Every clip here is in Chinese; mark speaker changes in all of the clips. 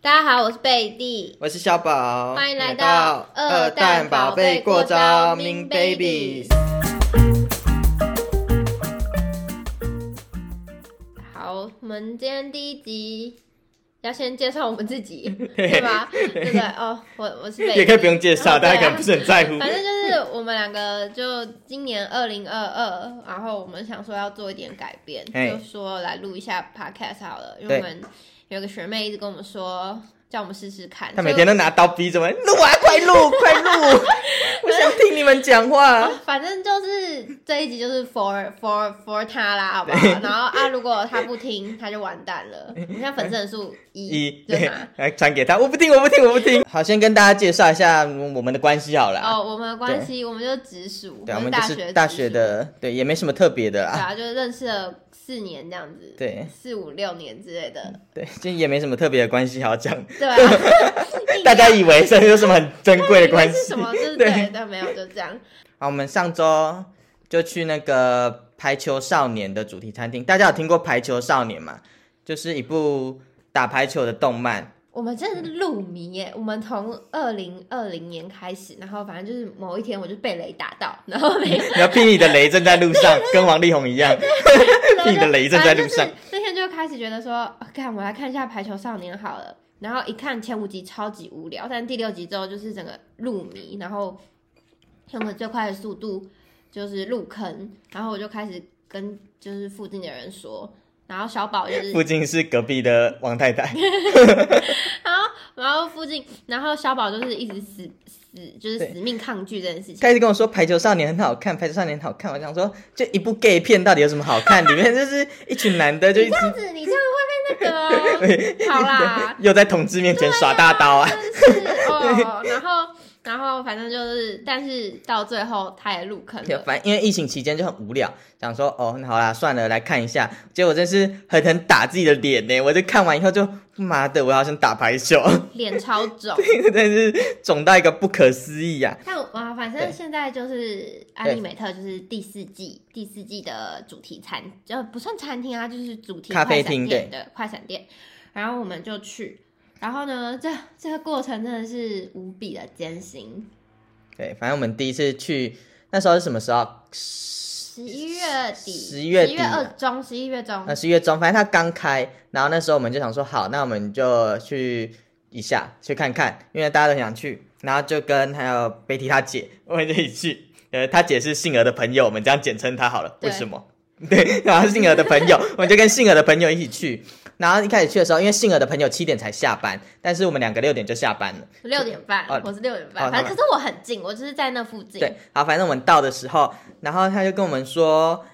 Speaker 1: 大家好，我是贝蒂，
Speaker 2: 我是小宝，
Speaker 1: 欢迎来到二蛋宝贝过招 Mean Babies。好，我们今天第一集要先介绍我们自 己，对吧？对不对？哦，我我是贝蒂，
Speaker 2: 也可以不用介绍，
Speaker 1: 哦对啊
Speaker 2: 大家可能不是很在乎。
Speaker 1: 反正就是我们两个，就今年二零二二，然后我们想说要做一点改变，
Speaker 2: 嘿
Speaker 1: 就说来录一下 podcast 好了，因为
Speaker 2: 对
Speaker 1: 我们有个学妹一直跟我们说，叫我们试试看。
Speaker 2: 他
Speaker 1: 所以
Speaker 2: 每天都拿刀逼着我，录啊，快录，快录！ 我想听你们讲话。
Speaker 1: 反正就是这一集就是 for for for 他啦，好不好？然后啊，如果他不听，他就完蛋了。我们现在粉丝人数一，
Speaker 2: 一
Speaker 1: 对
Speaker 2: 对
Speaker 1: 吗？，
Speaker 2: 来传给他，我不听，我不听，我不听。好，先跟大家介绍一下我们的关系好了。
Speaker 1: 啊哦，我们的关系，我们就直属，
Speaker 2: 对，我
Speaker 1: 们
Speaker 2: 们就
Speaker 1: 学直
Speaker 2: 是
Speaker 1: 属
Speaker 2: 大学，的，对，也没什么特别的
Speaker 1: 对
Speaker 2: 啦。
Speaker 1: 啊，就是认识了四年这样子，
Speaker 2: 对
Speaker 1: 四五六年之类 的，
Speaker 2: 对，就也没什么特别的关系好讲。
Speaker 1: 对啊，
Speaker 2: 大家以为这有什么很珍贵的关
Speaker 1: 以为是
Speaker 2: 系
Speaker 1: 什？么？就是
Speaker 2: 对
Speaker 1: 对，但没有，就这样。
Speaker 2: 好，我们上周就去那个《排球少年》的主题餐厅。大家有听过《排球少年》吗？就是一部打排球的动漫。
Speaker 1: 我们真的是入迷耶！我们从二零二零年开始，然后反正就是某一天我就被雷打到，然后没
Speaker 2: 你要劈你的雷正在路上，跟王力宏一样，
Speaker 1: 然后
Speaker 2: 你的
Speaker 1: 就
Speaker 2: 雷正
Speaker 1: 反
Speaker 2: 在
Speaker 1: 正
Speaker 2: 路
Speaker 1: 就是
Speaker 2: 上
Speaker 1: 那天就开始觉得说，啊看、我来看一下《排球少年》好了。然后一看前五集超级无聊，但第六集之后就是整个入迷，然后用了最快的速度就是入坑，然后我就开始跟就是附近的人说，然后小宝就是
Speaker 2: 附近是隔壁的王太 太。
Speaker 1: 然后附近，然后小宝就是一直死死，就是死命抗拒这件事情。
Speaker 2: 开始跟我说《排球少年》很好看，《排球少年》很好看。我想说，就一部 gay 片到底有什么好看？里面就是一群男的就 一
Speaker 1: 你
Speaker 2: 直，
Speaker 1: 这样子，你这样会被那个哦、好啦
Speaker 2: 又在同志面前耍大刀啊！
Speaker 1: 真是 哦。然后，然后反正就是，但是到最后他也入坑
Speaker 2: 对
Speaker 1: 了。
Speaker 2: 反正因为疫情期间就很无聊，想说哦，那好啦，算了，来看一下。结果真是狠狠打自己的脸呢！我就看完以后就妈的，我好想打排球，
Speaker 1: 脸超肿。
Speaker 2: 真是肿到一个不可思议啊！
Speaker 1: 但我啊，反正
Speaker 2: 对
Speaker 1: 现在就是安利美特，就是第四季第四季的主题餐，就不算餐厅啊，就是主题
Speaker 2: 咖
Speaker 1: 快
Speaker 2: 啡
Speaker 1: 闪
Speaker 2: 厅
Speaker 1: 店的快闪店。然后我们就去，然后呢，这这个过程真的是无比的艰辛。
Speaker 2: 对，反正我们第一次去那时候是什么时候？
Speaker 1: 十一月底，
Speaker 2: 十一月
Speaker 1: 十一
Speaker 2: 底
Speaker 1: 月
Speaker 2: 啊
Speaker 1: 二中，十一月中
Speaker 2: 呃，，十一月中，反正它刚开，然后那时候我们就想说，好，那我们就去一下，去看看，因为大家都想去，然后就跟还有贝蒂她姐，我们就一起去。呃，她姐是杏儿的朋友，我们这样简称她好了。
Speaker 1: 对
Speaker 2: 为什么？ 对，然后杏儿的朋友，我们就跟杏儿的朋友一起去。然后一开始去的时候，因为杏儿的朋友七点才下班，但是我们两个六点就下班了。
Speaker 1: 六点半
Speaker 2: 哦，
Speaker 1: 我是六点
Speaker 2: 哦
Speaker 1: 半，反
Speaker 2: 那
Speaker 1: 正可是我很近，我就是在那附近。
Speaker 2: 对，好，反正我们到的时候，然后他就跟我们说，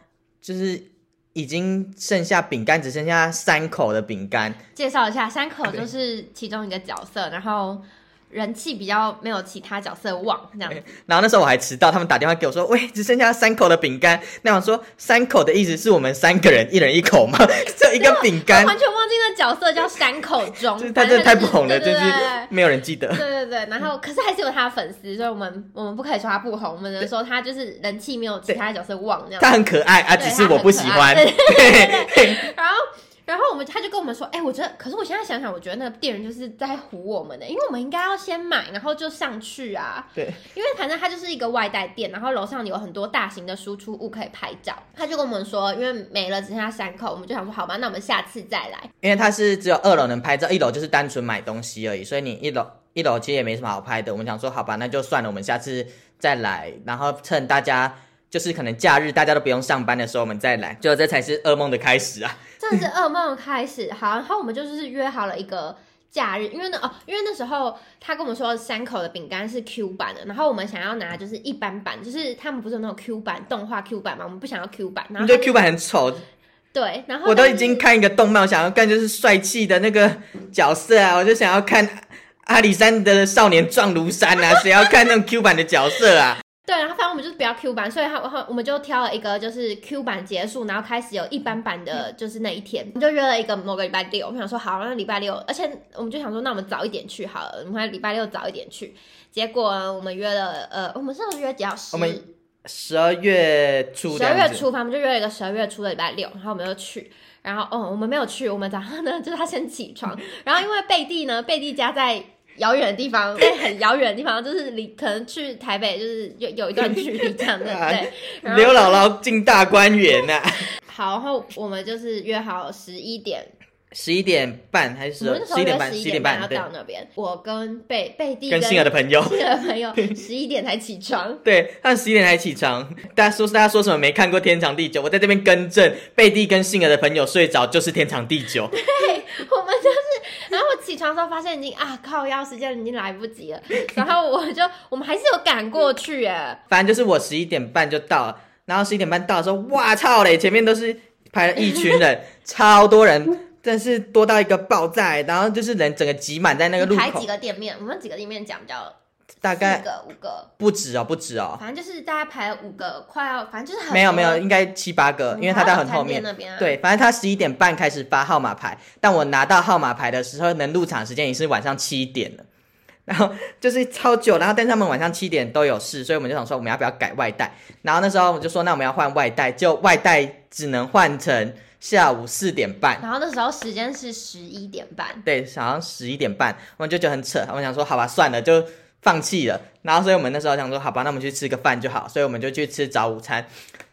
Speaker 2: 就是已经剩下饼干，只剩下三口的饼干。
Speaker 1: 介绍一下，山口就是其中一个角色，然后人气比较没有其他角色旺，这样子。
Speaker 2: 然后那时候我还迟到，他们打电话给我说：“喂，只剩下三口的饼干。”那我说：“三口的意思是我们三个人一人一口吗？ 这一个饼 干
Speaker 1: 我，完全忘记那角色叫山口中，
Speaker 2: 就是 他真的太不红了，嗯
Speaker 1: 对对
Speaker 2: 就是
Speaker 1: 对
Speaker 2: 没有人记得。
Speaker 1: 对对对，然后可是还是有他的粉丝，所以我们我们不可以说他不红，我们能说他就是人气没有其他角色旺这样子。
Speaker 2: 他很可爱啊，
Speaker 1: 对
Speaker 2: 只是我不喜欢。
Speaker 1: 他很
Speaker 2: 对
Speaker 1: 然后，然后我们他就跟我们说，哎、我觉得，可是我现在想想，我觉得那个店员就是在唬我们的、因为我们应该要先买，然后就上去啊。
Speaker 2: 对，
Speaker 1: 因为反正它就是一个外带店，然后楼上有很多大型的输出物可以拍照。他就跟我们说，因为没了只剩下三口，我们就想说，好吧，那我们下次再来。
Speaker 2: 因为他是只有二楼能拍照，一楼就是单纯买东西而已，所以你一楼一楼其实也没什么好拍的。我们想说，好吧，那就算了，我们下次再来，然后趁大家。就是可能假日大家都不用上班的时候，我们再来，就这才是噩梦的开始啊！
Speaker 1: 这是噩梦开始。好，然后我们就是约好了一个假日，因为呢，哦，因为那时候他跟我们说山口的饼干是 Q 版的，然后我们想要拿就是一般版，就是他们不是有那种 Q 版动画 Q 版嘛，我们不想要 Q 版，然后
Speaker 2: 你觉
Speaker 1: 他
Speaker 2: 得
Speaker 1: 就
Speaker 2: Q 版很丑，
Speaker 1: 对，然后
Speaker 2: 我都
Speaker 1: 但
Speaker 2: 已
Speaker 1: 是
Speaker 2: 经看一个动漫，我想要看就是帅气的那个角色啊，我 就想要看阿里山的少年壮如山啊， 谁要看那种 Q 版的角色啊？
Speaker 1: 对，然后反正我们就是不要 Q 版，所以他他我们就挑了一个就是 Q 版结束，然后开始有一般版
Speaker 2: 嗯
Speaker 1: 的，就是那一天，我们就约了一个某个礼拜六。我们想说好，那礼拜六，而且我们就想说，那我们早一点去好了，我们还礼拜六早一点去。结果呢我们约了，呃，我们上次约几号？
Speaker 2: 我们十二月初
Speaker 1: 十
Speaker 2: 这
Speaker 1: 二
Speaker 2: 样
Speaker 1: 月
Speaker 2: 子，
Speaker 1: 初，反正我们就约了一个十二月初的礼拜六，然后我们就去。然后，哦，我们没有去，我们早上呢，就是 他先起床，然后因为贝蒂呢，贝蒂家在遥远的地方，在很遥远的地方，就是离可能去台北就是有有一段距离这样 的，对。然后
Speaker 2: 啊刘姥姥进大观园啊呐、
Speaker 1: 好，然后我们就是约好十一点，
Speaker 2: 十一点半还
Speaker 1: 我
Speaker 2: 是
Speaker 1: 们那时
Speaker 2: 十
Speaker 1: 候
Speaker 2: 一
Speaker 1: 约
Speaker 2: 点半？
Speaker 1: 十
Speaker 2: 十
Speaker 1: 一
Speaker 2: 一点
Speaker 1: 点半
Speaker 2: 半
Speaker 1: 要
Speaker 2: 对，
Speaker 1: 到那边，我跟贝贝蒂
Speaker 2: 跟幸儿的朋友。
Speaker 1: 信儿的朋友十一点才起床，
Speaker 2: 对，他十一点才起床。大家说大家说什么没看过《天长地久》？我在这边更正，贝蒂跟杏儿的朋友睡着就是《天长地久》
Speaker 1: 我们就是，然后我起床的时候发现已经啊靠腰，时间已经来不及 了，然后我就我们还是有赶过去耶，
Speaker 2: 反正就是我十一点半就到了，然后十一点半到的时候，哇操嘞，前面都是排了一 群人，超多人，真是多到一个爆炸欸。然后就是人整个挤满在那个路
Speaker 1: 你排几
Speaker 2: 口，
Speaker 1: 个店面，我们几个店面讲比较
Speaker 2: 大
Speaker 1: 四
Speaker 2: 概
Speaker 1: 个五个，
Speaker 2: 不止哦，不止哦，
Speaker 1: 反正就是大概排了五个，快要反正就是很
Speaker 2: 没有
Speaker 1: 多嗯
Speaker 2: 没有，，应该七八个，因为他在很后
Speaker 1: 还有早
Speaker 2: 面
Speaker 1: 餐店。那边啊，
Speaker 2: 对，反正他十一点半开始发号码牌，但我拿到号码牌的时候，能入场时间已经是晚上七点了。然后就是超久，然后但是他们晚上七点都有事，所以我们就想说我们要不要改外带？然后那时候我就说那我们要换外带，就外带只能换成下午四点半，
Speaker 1: 然后那时候时间是十一点半，
Speaker 2: 对，好像十一点半，我们就觉得很扯，我们想说好吧，算了，就放弃了。然后所以我们那时候想说好吧，那我们去吃个饭就好，所以我们就去吃早午餐。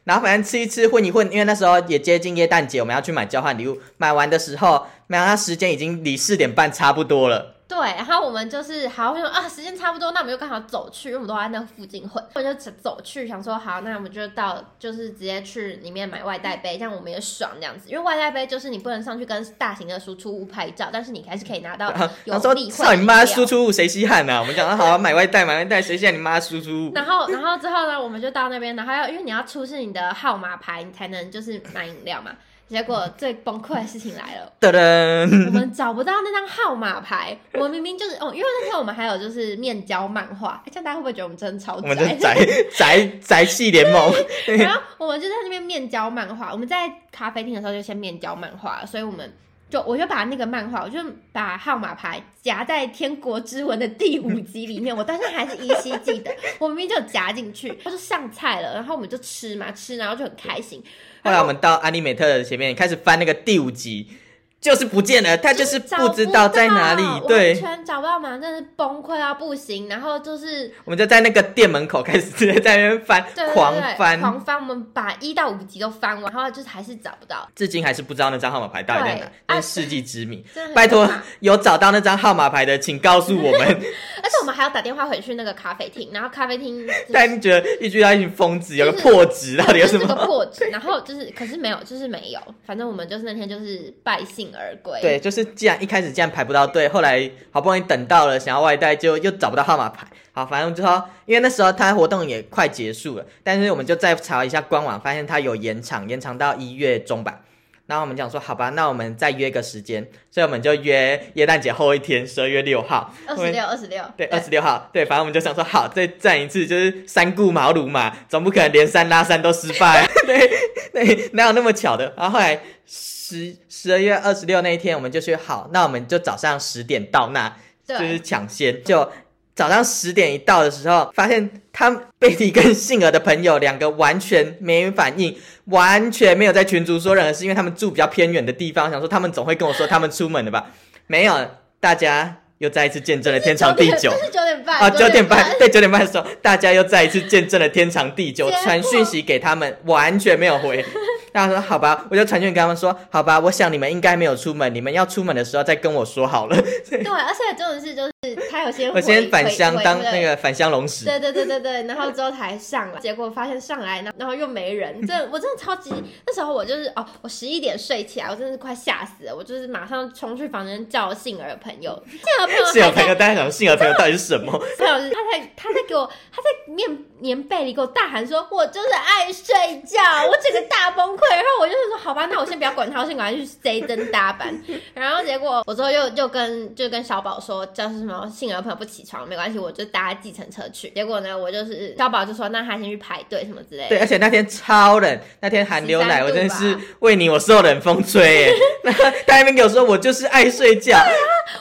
Speaker 2: 然后反正吃一吃混一混，因为那时候也接近耶诞节，我们要去买交换礼物。买完的时候，没想到时间已经离四点半差不多了。
Speaker 1: 对，然后我们就是好，我想啊，时间差不多，那我们就刚好走去，因为我们都在那附近混， 我们就走去，想说好，那我们就到，就是直接去里面买外带杯，这样我们也爽这样子，因为外带杯就是你不能上去跟大型的输出物拍照，但是你还是可以拿 到
Speaker 2: 然后
Speaker 1: 有
Speaker 2: 啊然后
Speaker 1: 例会
Speaker 2: 说操你妈
Speaker 1: 饮料
Speaker 2: 输出物谁稀罕呐、啊？我们讲说好、啊、买外带买外带，谁稀罕你妈输 出物？
Speaker 1: 然后，然后之后呢，我们就到那边，然后要因为你要出示你的号码牌，你才能就是买饮料嘛。结果最崩溃的事情来了，
Speaker 2: 噔噔，
Speaker 1: 我们找不到那张号码牌。我们明明就是哦，因为那天我们还有就是面交漫画，哎，这样大家会不会觉得我们真的超
Speaker 2: 我们就
Speaker 1: 宅？
Speaker 2: 宅宅宅系联盟。
Speaker 1: 然后我们就在那边面交漫画。我们在咖啡厅的时候就先面交漫画了，所以我们就我就把那个漫画，我就把号码牌夹在《天国之吻》的第五集里 面，我到现在还是依稀记得，我明明就夹进去，我就上菜了，然后我们就吃嘛吃，然后就很开心。
Speaker 2: 后来我们到安利美特的前面开始翻那个第五集，就是不见了，他就是不知道在哪里
Speaker 1: 找不。到完
Speaker 2: 对，
Speaker 1: 全找不到嘛，真的是崩溃到不行。然后就是
Speaker 2: 我们就在那个店门口开始直接在那边翻，
Speaker 1: 对对对
Speaker 2: 狂
Speaker 1: 对
Speaker 2: 翻，
Speaker 1: 狂翻，我们把一到五集都翻完，然后就是还是找不到，
Speaker 2: 至今还是不知道那张号码牌到底在
Speaker 1: 对
Speaker 2: 哪
Speaker 1: 啊，
Speaker 2: 那是世纪之谜。
Speaker 1: 真的很
Speaker 2: 拜托
Speaker 1: 可怕，
Speaker 2: 有找到那张号码牌的，请告诉 我们。
Speaker 1: 而且我们还要打电话回去那个咖啡厅，然后咖 啡厅就是
Speaker 2: 但你觉得一遇到一群疯子，有个
Speaker 1: 就是
Speaker 2: 破纸，到底有什
Speaker 1: 就是这个
Speaker 2: 么？
Speaker 1: 破纸，然后就是，可是没有，就是没有。反正我们就是那天就是败兴而归。
Speaker 2: 对，就是既然一开始竟然排不到队，后来好不容易等到了，想要外带就又找不到号码牌。好，反正就说，因为那时候他活动也快结束了，但是我们就再查一下官网，发现他有延长，延长到一月中吧。然后我们讲说，好吧，那我们再约个时间，所以我们就约耶诞节后一天，十二月六号。
Speaker 1: 二
Speaker 2: 我
Speaker 1: 十
Speaker 2: 们
Speaker 1: 六，二十六，
Speaker 2: 对，二十六号，对，反正我们就想说，好，再战一次，就是三顾茅庐嘛，总不可能连三拉三都失败、啊，对，对，哪有那么巧的？然后后来十十二月二十六那一天，我们就说好，那我们就早上十点到那，就
Speaker 1: 对
Speaker 2: 是抢先，就早上十点一到的时候，发现他们贝蒂跟杏儿的朋友两个完全没反应，完全没有在群组说任何事，因为他们住比较偏远的地方，想说他们总会跟我说他们出门的吧，没有，大家又再一次见证了天长地久
Speaker 1: 就。是 九点半
Speaker 2: 啊，九点
Speaker 1: 半
Speaker 2: 半，，对，九点半的时候，大家又再一次见证了天长地久
Speaker 1: 结。果
Speaker 2: 传讯息给他们，完全没有 回。大家说好吧，我就传讯给他们说好吧，我想你们应该没有出门，你们要出门的时候再跟我说 好了。
Speaker 1: 对，而且真的是就是他有些
Speaker 2: 我先返乡
Speaker 1: 回
Speaker 2: 当
Speaker 1: 回
Speaker 2: 那个返乡龙使。
Speaker 1: 对对对对对，然后之后才上来，结果发现上来，然后然后又没 人，这我真的超级，那时候我就是哦，我十一点睡起来，我真的是快吓死了，我就是马上冲去房间叫杏儿朋友，杏儿朋友
Speaker 2: 幸好
Speaker 1: 还在
Speaker 2: 朋友，大家想幸好朋友到底是什么？
Speaker 1: 没有，他在他在给我他在面棉被里给我大喊说：“我就是爱睡觉，我整个大崩溃。”然后我就是说：“好吧，那我先不要管他，我先 赶快去塞灯搭板。”然后结果我之后又又跟就跟小宝说，就是什么幸儿朋友不起床没关系，我就搭计程车去。结果呢，我就是小宝就说：“那他先去排队什么之类的。
Speaker 2: 对，而且那天超冷，那天寒流来，
Speaker 1: 13
Speaker 2: 我真的
Speaker 1: 度吧
Speaker 2: 是为你 我受冷风吹耶。那他那边给我说，我就是爱睡觉，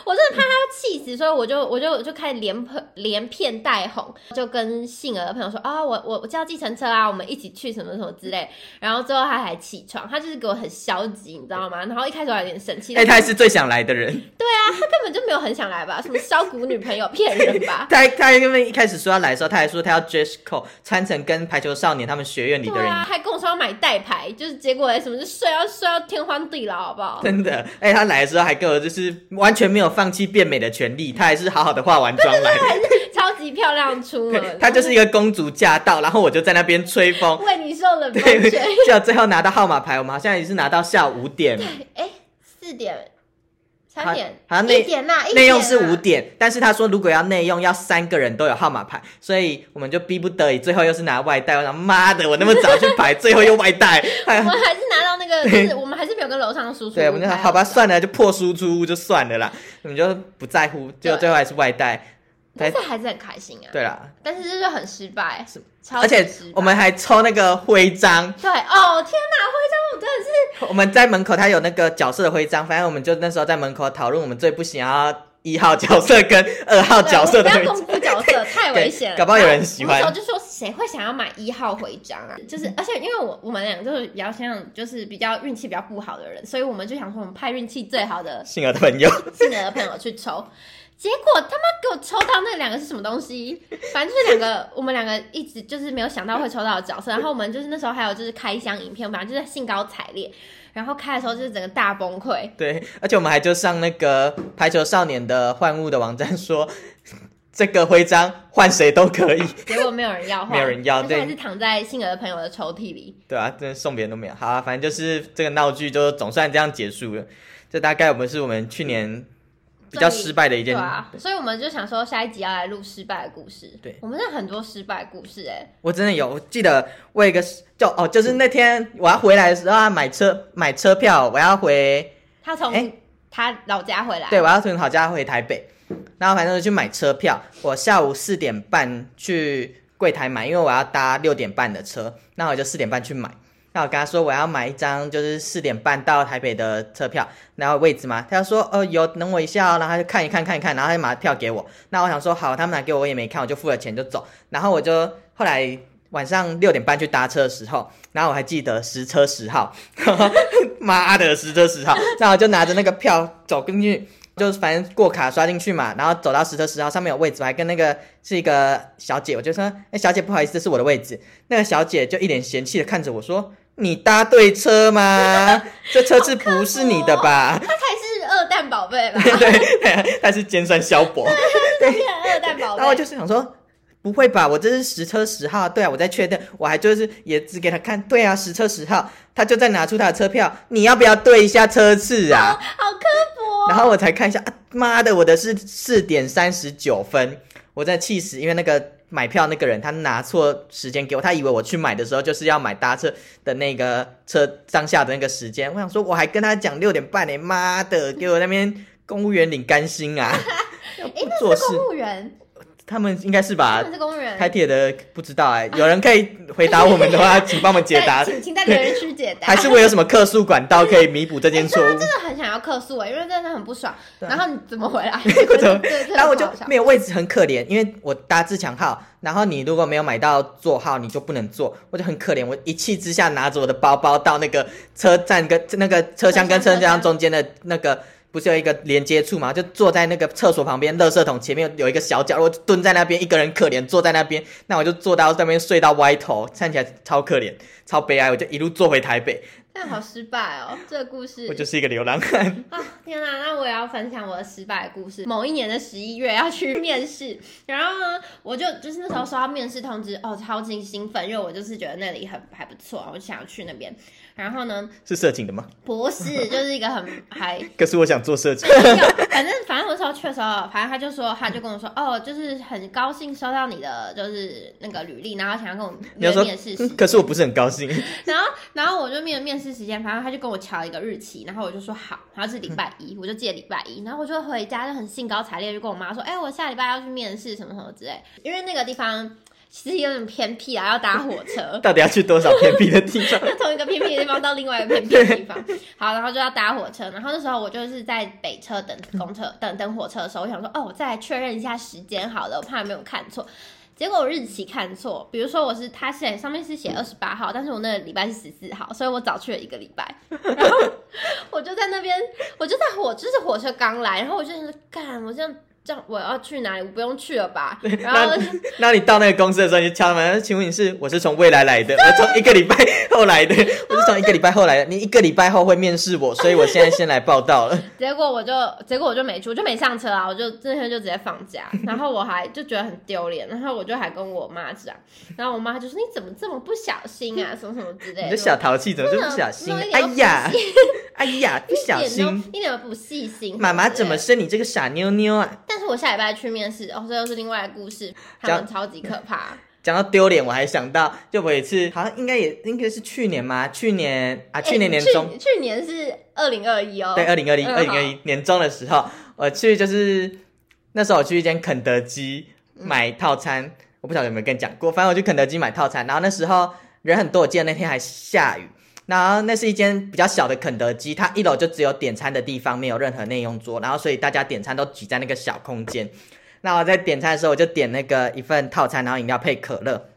Speaker 1: 我真的怕他要气气死，所以我就我就我就开始连喷连骗带哄，就跟杏儿的朋友说啊、我我我叫计程车啊，我们一起去什么什么之类。然后最后他还起床，他就是给我很消极，你知道吗？然后一开始我有点生气，
Speaker 2: 哎、他也是最想来的人，
Speaker 1: 他根本就没有很想来 吧？什么削骨女朋友骗人吧？
Speaker 2: 他他因为一开始说要来的时候，他还说他要 dress code 穿成跟排球少年他们学院里的
Speaker 1: 对
Speaker 2: 人
Speaker 1: 啊，还跟我说要买代牌，就是结果哎什么就睡到睡到天荒地老，好不好？
Speaker 2: 真的，哎、他来的时候还跟我就是完全没有放弃变美的权利，他还是好好的化完妆来。
Speaker 1: 超级漂亮出门，
Speaker 2: 他就是一个公主驾到，然后我就在那边吹风，
Speaker 1: 为你受冷风
Speaker 2: 对
Speaker 1: 吹。，
Speaker 2: 就最后拿到号码牌，我们好像也是拿到下午五点，
Speaker 1: 哎，四点，三点，
Speaker 2: 好像
Speaker 1: 一
Speaker 2: 内
Speaker 1: 点啊啦，一
Speaker 2: 内
Speaker 1: 点
Speaker 2: 用是
Speaker 1: 啦
Speaker 2: 五。点，但是他说如果要内用要三个人都有号码牌，所以我们就逼不得已，最后又是拿外带。我想妈的，我那么早去排，最后又 外带，
Speaker 1: 我
Speaker 2: 哎
Speaker 1: 们还是拿到那个，就是我们还是没有跟楼上的叔叔。
Speaker 2: 对，我们就说好吧，。算了，就破输出就算了啦，我们就不在乎，结果
Speaker 1: 对
Speaker 2: 最后还是外带。
Speaker 1: 但是还是很开心啊，
Speaker 2: 对啦，
Speaker 1: 但是就是很失败，超
Speaker 2: 而
Speaker 1: 级
Speaker 2: 且
Speaker 1: 失败
Speaker 2: 我们还抽那个徽章，
Speaker 1: 对哦，天哪，徽章我真的是
Speaker 2: 我们在门口，他有那个角色的徽章，反正我们就那时候在门口讨论，我们最不想要一号角色跟二号哦角色的
Speaker 1: 对我
Speaker 2: 徽
Speaker 1: 们
Speaker 2: 章
Speaker 1: 不。要公布角 色，太危险了。
Speaker 2: 搞不好有人喜欢嗯
Speaker 1: 然后我那时候就说谁会想要买一号徽章啊？就是，而且因为我我们俩就是比较像就是比较运气比较不好的人，所以我们就想说我们派运气最好的
Speaker 2: 幸儿的朋友，
Speaker 1: 性格的朋友去抽，结果他妈给我抽到那两个是什么东西？ 反正就是两个，我们两个一直就是没有想到会抽到的 角色。然后我们就是那时候还有就是开箱影片，反正就是兴高采烈。然后开的时候就是整个大崩 溃，
Speaker 2: 对，而且我们还就上那个排球少年的换物的网站说，这个徽章换谁都可以，
Speaker 1: 结果没有人要换，
Speaker 2: 没有人要
Speaker 1: 但是还
Speaker 2: 对
Speaker 1: 是躺在性格的朋友的抽屉里。
Speaker 2: 对啊，真的送别人都没有。好啊，反正就是这个闹剧就总算这样结束了。这大概我们是我们去年比较失败的一
Speaker 1: 对
Speaker 2: 件，
Speaker 1: 啊，所以我们就想说下一集要来录失败的故事。
Speaker 2: 对
Speaker 1: 我们是很多失败的故事哎、
Speaker 2: 我真的有，我记得我有一个就哦，就是那天我要回来的时候啊买车买车票，我要回
Speaker 1: 他从、
Speaker 2: 哎
Speaker 1: 他老家回来，
Speaker 2: 对，我要从老家回台北，然后反正就去买车票。我下午四点半去柜台买，因为我要搭六点半的车，那我就四点半去买。那我跟他说我要买一张就是四点半到台北的车票，然后位置嘛，他就说呃有等我一下、哦，然后他就看一看看一看，然后他就把票给我。那我想说好，他们拿给我我也没看，我就付了钱就走。然后我就后来晚上六点半去搭车的时候，然后我还记得实车十号，妈的实车十号，然后我就拿着那个票走进去，就是反正过卡刷进去嘛，然后走到实车十号上面有位置，我还跟那个是一个小姐，我就说哎、小姐不好意思，这是我的位置。那个小姐就一脸嫌弃的看着我说。你搭对车吗？这车次不是你的吧？
Speaker 1: 他才是二蛋宝贝吧？
Speaker 2: 对，他是尖酸萧伯。
Speaker 1: 他是二蛋宝贝。
Speaker 2: 然后我就是想说，不会吧？我这是实车十号，对啊，我在确认，我还就是也只给他看，对啊，实车十号，他就再拿出他的车票，你要不要对一下车次
Speaker 1: 哦
Speaker 2: 啊？
Speaker 1: 好刻薄哦、
Speaker 2: 然后我才看一下，啊妈的，我的是四点三十九分，我真的气死，因为那个买票那个人他拿错时间给我，他以为我去买的时候就是要买搭车的那个车当下的那个时间，我想说我还跟他讲六点半呢，妈的，给我那边公务员领干薪啊， 要不做
Speaker 1: 哎是
Speaker 2: 事，
Speaker 1: 公务员，
Speaker 2: 他们应该是吧
Speaker 1: 他？们是公务员。
Speaker 2: 开铁的不知道哎、有人可以回答我们 的话，请帮我们解答
Speaker 1: 在，请请在留言区解答。
Speaker 2: 还是我有什么客诉管道可以弥补这件错误？
Speaker 1: 真的很想要客诉哎、因为真的很不爽。
Speaker 2: 对
Speaker 1: 然后你怎么回 来？
Speaker 2: 我怎么
Speaker 1: 对对，
Speaker 2: 然后我就
Speaker 1: 真的不好笑
Speaker 2: 没有位置，很可怜，因为我搭自强号，然后你如果没有买到座号，你就不能坐，我就很可怜。我一气之下拿着我的包包到那个车站跟那个车厢跟车
Speaker 1: 车厢
Speaker 2: 厢中间的那个。不是有一个连接处嘛？就坐在那个厕所旁边，垃圾桶前面有有一个小角落，我就蹲在那边，一个人可怜坐在那边。那我就坐到那边睡到歪头，看起来超可怜、超悲哀。我就一路坐回台北，
Speaker 1: 但好失败哦、这个故事。
Speaker 2: 我就是一个流浪 汉。
Speaker 1: 啊，天哪、那我也要分享我的失败的故事。某一年的十一月要去面试，然后呢，我就就是那时候收到面试通知，哦，超级兴奋，因为我就是觉得那里很还不错，我就想要去那边。然后呢，
Speaker 2: 是色情的吗？
Speaker 1: 博士就是一个很还
Speaker 2: 可是我想做色 情。
Speaker 1: 没有，反正反正我那时候去的时候，反正哦他就说，他就跟我说，哦，就是很高兴收到你的就是那个履历，然后想要跟我
Speaker 2: 你要
Speaker 1: 约
Speaker 2: 说
Speaker 1: 面试时，
Speaker 2: 可是我不是很高兴。，
Speaker 1: 然后然后我就面面试时间，反正他就跟我敲一个日期，然后我就说好，然后是礼拜一，我就记得礼拜一，然后我就回家就很兴高采烈，就跟我妈说，哎、我下礼拜要去面试什么什么之类，因为那个地方。其实有点偏僻啊，要搭火车
Speaker 2: 到底要去多少偏僻的地方？
Speaker 1: 从一个偏僻的地方到另外一个偏僻的地方。好，然后就要搭火车，然后那时候我就是在北车等公车，等等火车的时候，我想说，哦，我再来确认一下时间好了，我怕没有看错。结果我日期看错，比如说我是他写上面是写二十八号，但是我那个礼拜是十四号，所以我早去了一个礼 拜。然后我就在那边，我就在火，就是火车刚来，然后我就想说，干，我这样这样我要去哪里？我不用去了吧？然后
Speaker 2: 那那你到那个公司的时候，你就敲门，请问你是？我是从未来来的， 我从一个礼拜后来的，我是从一个礼拜后来的。你一个礼拜后会面试我，所以我现在先来报道 了。
Speaker 1: 结果我就，结果我就没去，我就没上车啊，我就那天就直接放 假，然后我还就觉得很丢脸，然后我就还跟我妈讲，然后我妈就说你怎么这么不小心 啊，什么什么之类的，
Speaker 2: 你这小淘气怎么就不小心？哎 呀，哎呀，不
Speaker 1: 一
Speaker 2: 小
Speaker 1: 点都
Speaker 2: 心，
Speaker 1: 一点都不细心，
Speaker 2: 妈妈怎么
Speaker 1: 对？
Speaker 2: 生你这个傻妞妞啊？
Speaker 1: 但是我下礼拜去面试，哦，这又是另外的故事，他
Speaker 2: 讲啊
Speaker 1: 们超级可怕，
Speaker 2: 讲到丢脸，我还想到，就我有一次，好像应该也应该是去年嘛，去年啊，去年年中，
Speaker 1: 哎去去年是二零二一哦，
Speaker 2: 对，二零二零
Speaker 1: 嗯
Speaker 2: 二零二一年中的时候，我去就是那时候我去一间肯德基买套餐，我不晓得有没有跟你讲过，反正我去肯德基买套餐，然后那时候人很多，我记得那天还下雨。然后那是一间比较小的肯德基，它一楼就只有点餐的地方，没有任何内用桌，然后所以大家点餐都挤在那个小空间。那我在点餐的时候，我就点那个一份套餐，然后饮料配可乐。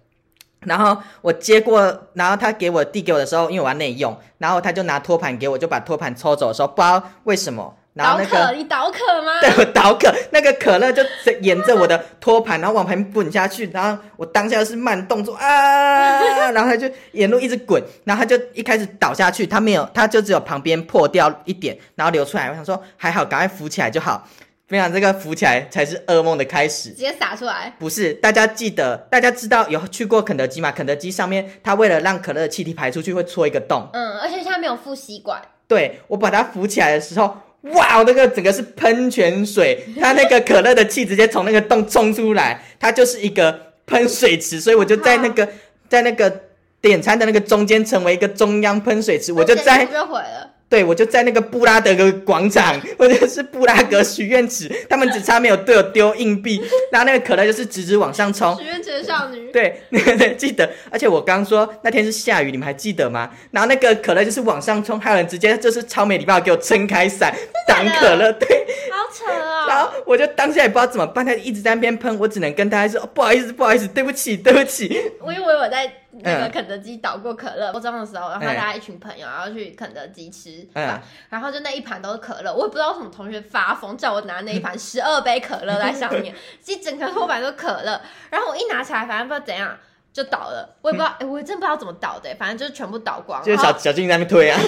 Speaker 2: 然后我接过，然后他给我递给我的时候，因为我要内用，然后他就拿托盘给我，就把托盘抽走的时候，不知道为什么，然后
Speaker 1: 倒
Speaker 2: 那
Speaker 1: 渴，
Speaker 2: 个
Speaker 1: 你倒渴吗？
Speaker 2: 对我倒渴，那个可乐就沿着我的托盘，然后往旁边滚下去，然后我当下是慢动作啊，然后他就沿路一直滚，然后他就一开始倒下去，他没有，他就只有旁边破掉一点，然后流出来。我想说还好，赶快浮起来就好，没想到这个浮起来才是噩梦的开始
Speaker 1: 直。接洒出来，
Speaker 2: 不是，大家记得，大家知道有去过肯德基嘛？肯德基上面，它为了让可乐的气体排出去，会戳一个洞。
Speaker 1: 嗯，而且现在没有附吸管，
Speaker 2: 对我把它扶起来的时候，哇，那个整个是喷泉水，它那个可乐的气直接从那个洞冲出来，它就是一个喷水池，所以我就在那个 在那个点餐的那个中间成为一个中央喷水池，我就
Speaker 1: 那
Speaker 2: 在
Speaker 1: 简 直不就毁了，
Speaker 2: 对，我就在那个布拉德格广场，或者是布拉格许愿池，他们只差没有对我丢硬币，然后那个可乐就是直直往上冲。
Speaker 1: 许愿池的少 女，
Speaker 2: 对，那个对，记得。而且我刚说那天是下雨，你们还记得吗？然后那个可乐就是往上冲，还有人直接就是超没礼貌给我撑开伞挡
Speaker 1: 的
Speaker 2: 可乐，对。
Speaker 1: 好扯哦，
Speaker 2: 然后我就当下也不知道怎么办，他一直在那边喷，我只能跟大家说、哦不好意思，不好意思，对不起，对不起。
Speaker 1: 我因为我在那个
Speaker 2: 嗯
Speaker 1: 肯德基倒过可乐，高中的时候，然后
Speaker 2: 哎
Speaker 1: 大家一群朋友，然后去肯德基吃
Speaker 2: 嗯
Speaker 1: 饭，然后就那一盘都是可乐，我也不知道为什么同学发疯叫我拿那 一盘十二杯可乐在上面，其实整个托盘都可乐，然后我一拿起来，反正不知道怎样就倒了，我也不知道，
Speaker 2: 嗯
Speaker 1: 哎，我真不知道怎么倒的，反正就是全部倒光，
Speaker 2: 就是
Speaker 1: 然后
Speaker 2: 小小静在那边推啊，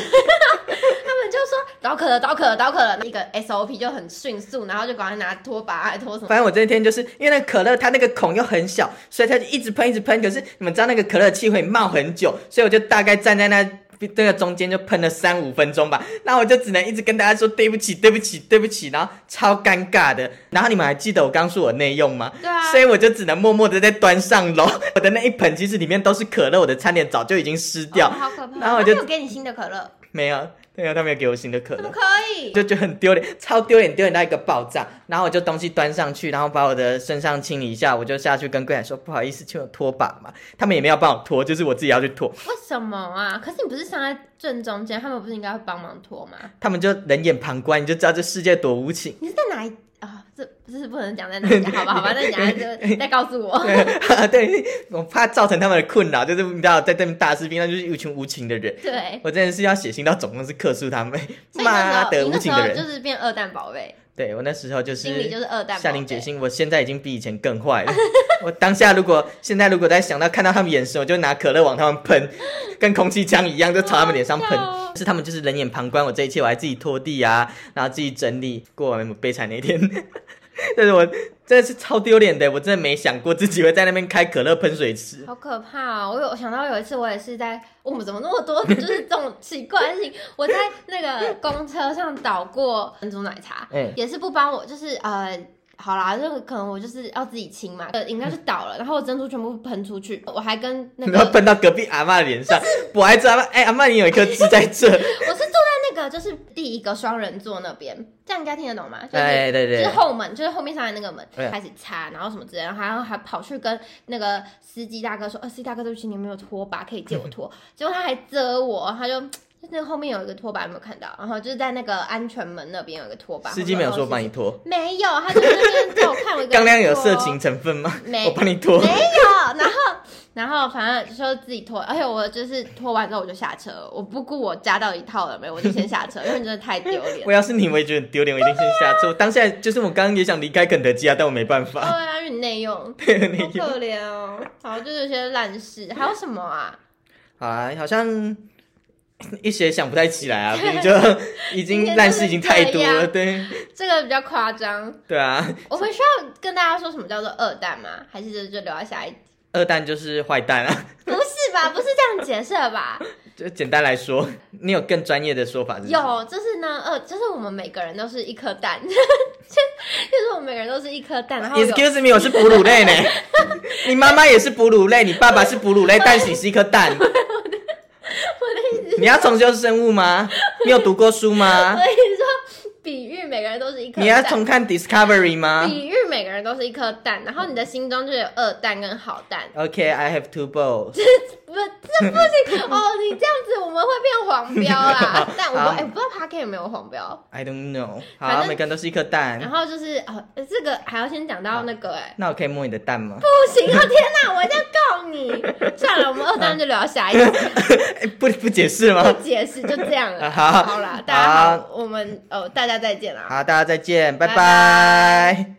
Speaker 1: 他们就说倒可乐，倒可乐，倒可乐，那个 SOP 就很迅速，然后就赶快拿拖把还拖什么。
Speaker 2: 嗯反正我这一天就是因为那个可乐它那个孔又很小，所以它就一直喷一直喷。可是你们知道那个可乐气会冒很久，所以我就大概站在那那个中间就喷了三五分钟吧。那我就只能一直跟大家说对不起对不起对不起，然后超尴尬的。然后你们还记得我刚说我内用吗？
Speaker 1: 对啊
Speaker 2: 所以我就只能默默的在端上楼。 我的那一盆其实里面都是可乐，我的餐点早就已经湿掉，
Speaker 1: 哦好可怕！
Speaker 2: 然后我
Speaker 1: 他
Speaker 2: 就
Speaker 1: 没有给你新的可乐，
Speaker 2: 没有，对啊，他没有给我新的可
Speaker 1: 怎
Speaker 2: 乐
Speaker 1: 么。可以？
Speaker 2: 就觉得很丢脸， 超丢脸，丢脸到一个爆炸。然后我就东西端上去，然后把我的身上清理一下，我就下去跟柜台说不好意思，请我拖把嘛。他们也没有帮我拖，就是我自己要去拖。
Speaker 1: 为什么啊？可是你不是上在正中间，他们不是应该会帮忙拖吗？
Speaker 2: 他们就冷眼旁观，你就知道这世界多无情。
Speaker 1: 你是在哪一啊、这这是不能讲在哪 里，好吧，好吧，那你等下就再告诉 我。
Speaker 2: 对，我怕造成他们的困扰，就是你知道在这边大士兵，那就是一群无情的人。
Speaker 1: 对，
Speaker 2: 我真的是要写信到总公司克诉他们，
Speaker 1: 所以那
Speaker 2: 妈
Speaker 1: 时候
Speaker 2: 的
Speaker 1: 你
Speaker 2: 无
Speaker 1: 那时
Speaker 2: 情的
Speaker 1: 候
Speaker 2: 人。
Speaker 1: 就是变二蛋宝贝，
Speaker 2: 对我那时候就
Speaker 1: 心里就是二蛋宝
Speaker 2: 下定决
Speaker 1: 贝。
Speaker 2: 心，我现在已经比以前更坏了。我当下如果现在如果在想到看到他们眼神，我就拿可乐往他们喷，跟空气枪一样，就朝他们脸上喷
Speaker 1: 好好笑哦。
Speaker 2: 是他们就是冷眼旁观我这一切，我还自己拖地啊，然后自己整理，过完我悲惨那一天。 但是我真的是超丢脸的，我真的没想过自己会在那边开可乐喷水池。
Speaker 1: 好可怕哦！我有想到有一次，我也是在 我们怎么那么多就是这种奇怪的事情。我在那个公车上倒过珍珠奶 茶，
Speaker 2: 嗯
Speaker 1: 也是不帮我，就是呃，好啦，就可能我就是要自己清嘛，呃饮料就倒了，然后我珍珠全部喷出去，我还跟那
Speaker 2: 然
Speaker 1: 个
Speaker 2: 后喷到隔壁阿嬷的脸上，我还知道，哎、阿嬷你有一颗痣在这，
Speaker 1: 我是坐在那个就是第一个双人座那边，这样应该听得懂吗？就是
Speaker 2: 哎，对哎
Speaker 1: 就
Speaker 2: 对
Speaker 1: 是，后门，就是后面上来那个门
Speaker 2: 对
Speaker 1: 开始擦，然后什么之类的，然后还还跑去跟那个司机大哥说：“呃，司机大哥，对不起，你没有拖把，可以借我拖。” 结果他还责我，他就就那个后面有一个拖把，有没有看到？然后就是在那个安全门那边有一个拖把，
Speaker 2: 司机没有说帮
Speaker 1: 你，
Speaker 2: 你拖，
Speaker 1: 没有，他就是那边叫我看我一个人
Speaker 2: 刚刚有
Speaker 1: 拖
Speaker 2: 色情成分吗？
Speaker 1: 没
Speaker 2: 我帮 你拖。
Speaker 1: 没有，然后然后反正就自己拖，而且我就是拖完之后我就下车了，我不顾我加到一套了没，我就先下车，因为真的太丢脸。
Speaker 2: 我要是你，我也觉得很丢脸，我一定先下车。我当下就是我刚刚也想离开肯德基啊，但我没办
Speaker 1: 对
Speaker 2: 法。
Speaker 1: 啊，因为你内用，
Speaker 2: 对 你
Speaker 1: 好可怜哦。好，就是有些烂事，还有什么啊？
Speaker 2: 好啊，好像一些想不太起 来啊，毕竟就已经烂事已经太多了，对
Speaker 1: 这个比较夸张。
Speaker 2: 对啊。
Speaker 1: 我们需要跟大家说什么叫做二蛋吗？还是就就留在下一集？
Speaker 2: 二蛋就是坏蛋啊，
Speaker 1: 不是吧？不是这样解释的吧？
Speaker 2: 就简单来说，你有更专业的说法是不是？
Speaker 1: 有，就是呢，二，就是我们每个人都是一颗蛋， 就是我们每个人都是一颗蛋，然后有
Speaker 2: Excuse me，我是哺乳 类呢。你妈妈也是哺乳类，你爸爸是 哺乳类，但你是一颗蛋。你要重修生物吗？你有读过书 吗
Speaker 1: 所？以说比喻每个人都是一颗
Speaker 2: 啊你要啊
Speaker 1: 蛋。
Speaker 2: 重看 Discovery 吗
Speaker 1: 比喻每个人都是一颗蛋，然后你的心中就有二蛋跟好蛋，
Speaker 2: ？OK，I、have two balls。
Speaker 1: 不，这不行哦！你这样子我们会变黄标啦。但我不
Speaker 2: 好
Speaker 1: 哎、我不知道 p a r k 有没有黄标。
Speaker 2: I don't know。
Speaker 1: 反
Speaker 2: 好，
Speaker 1: 正
Speaker 2: 每个人都是一颗
Speaker 1: 然
Speaker 2: 蛋。
Speaker 1: 后就是哦，这个还要先讲到那个哎、
Speaker 2: 那我可以摸你的蛋吗？
Speaker 1: 不行啊！天哪，我一定要告你！ 算了，我们二蛋就聊下一集，
Speaker 2: 哎，不不解释吗？
Speaker 1: 不解释，就这样了。
Speaker 2: 好
Speaker 1: 好啦，大家好，我们哦，大家再见啦。
Speaker 2: 好，大家再见，拜
Speaker 1: 拜
Speaker 2: 拜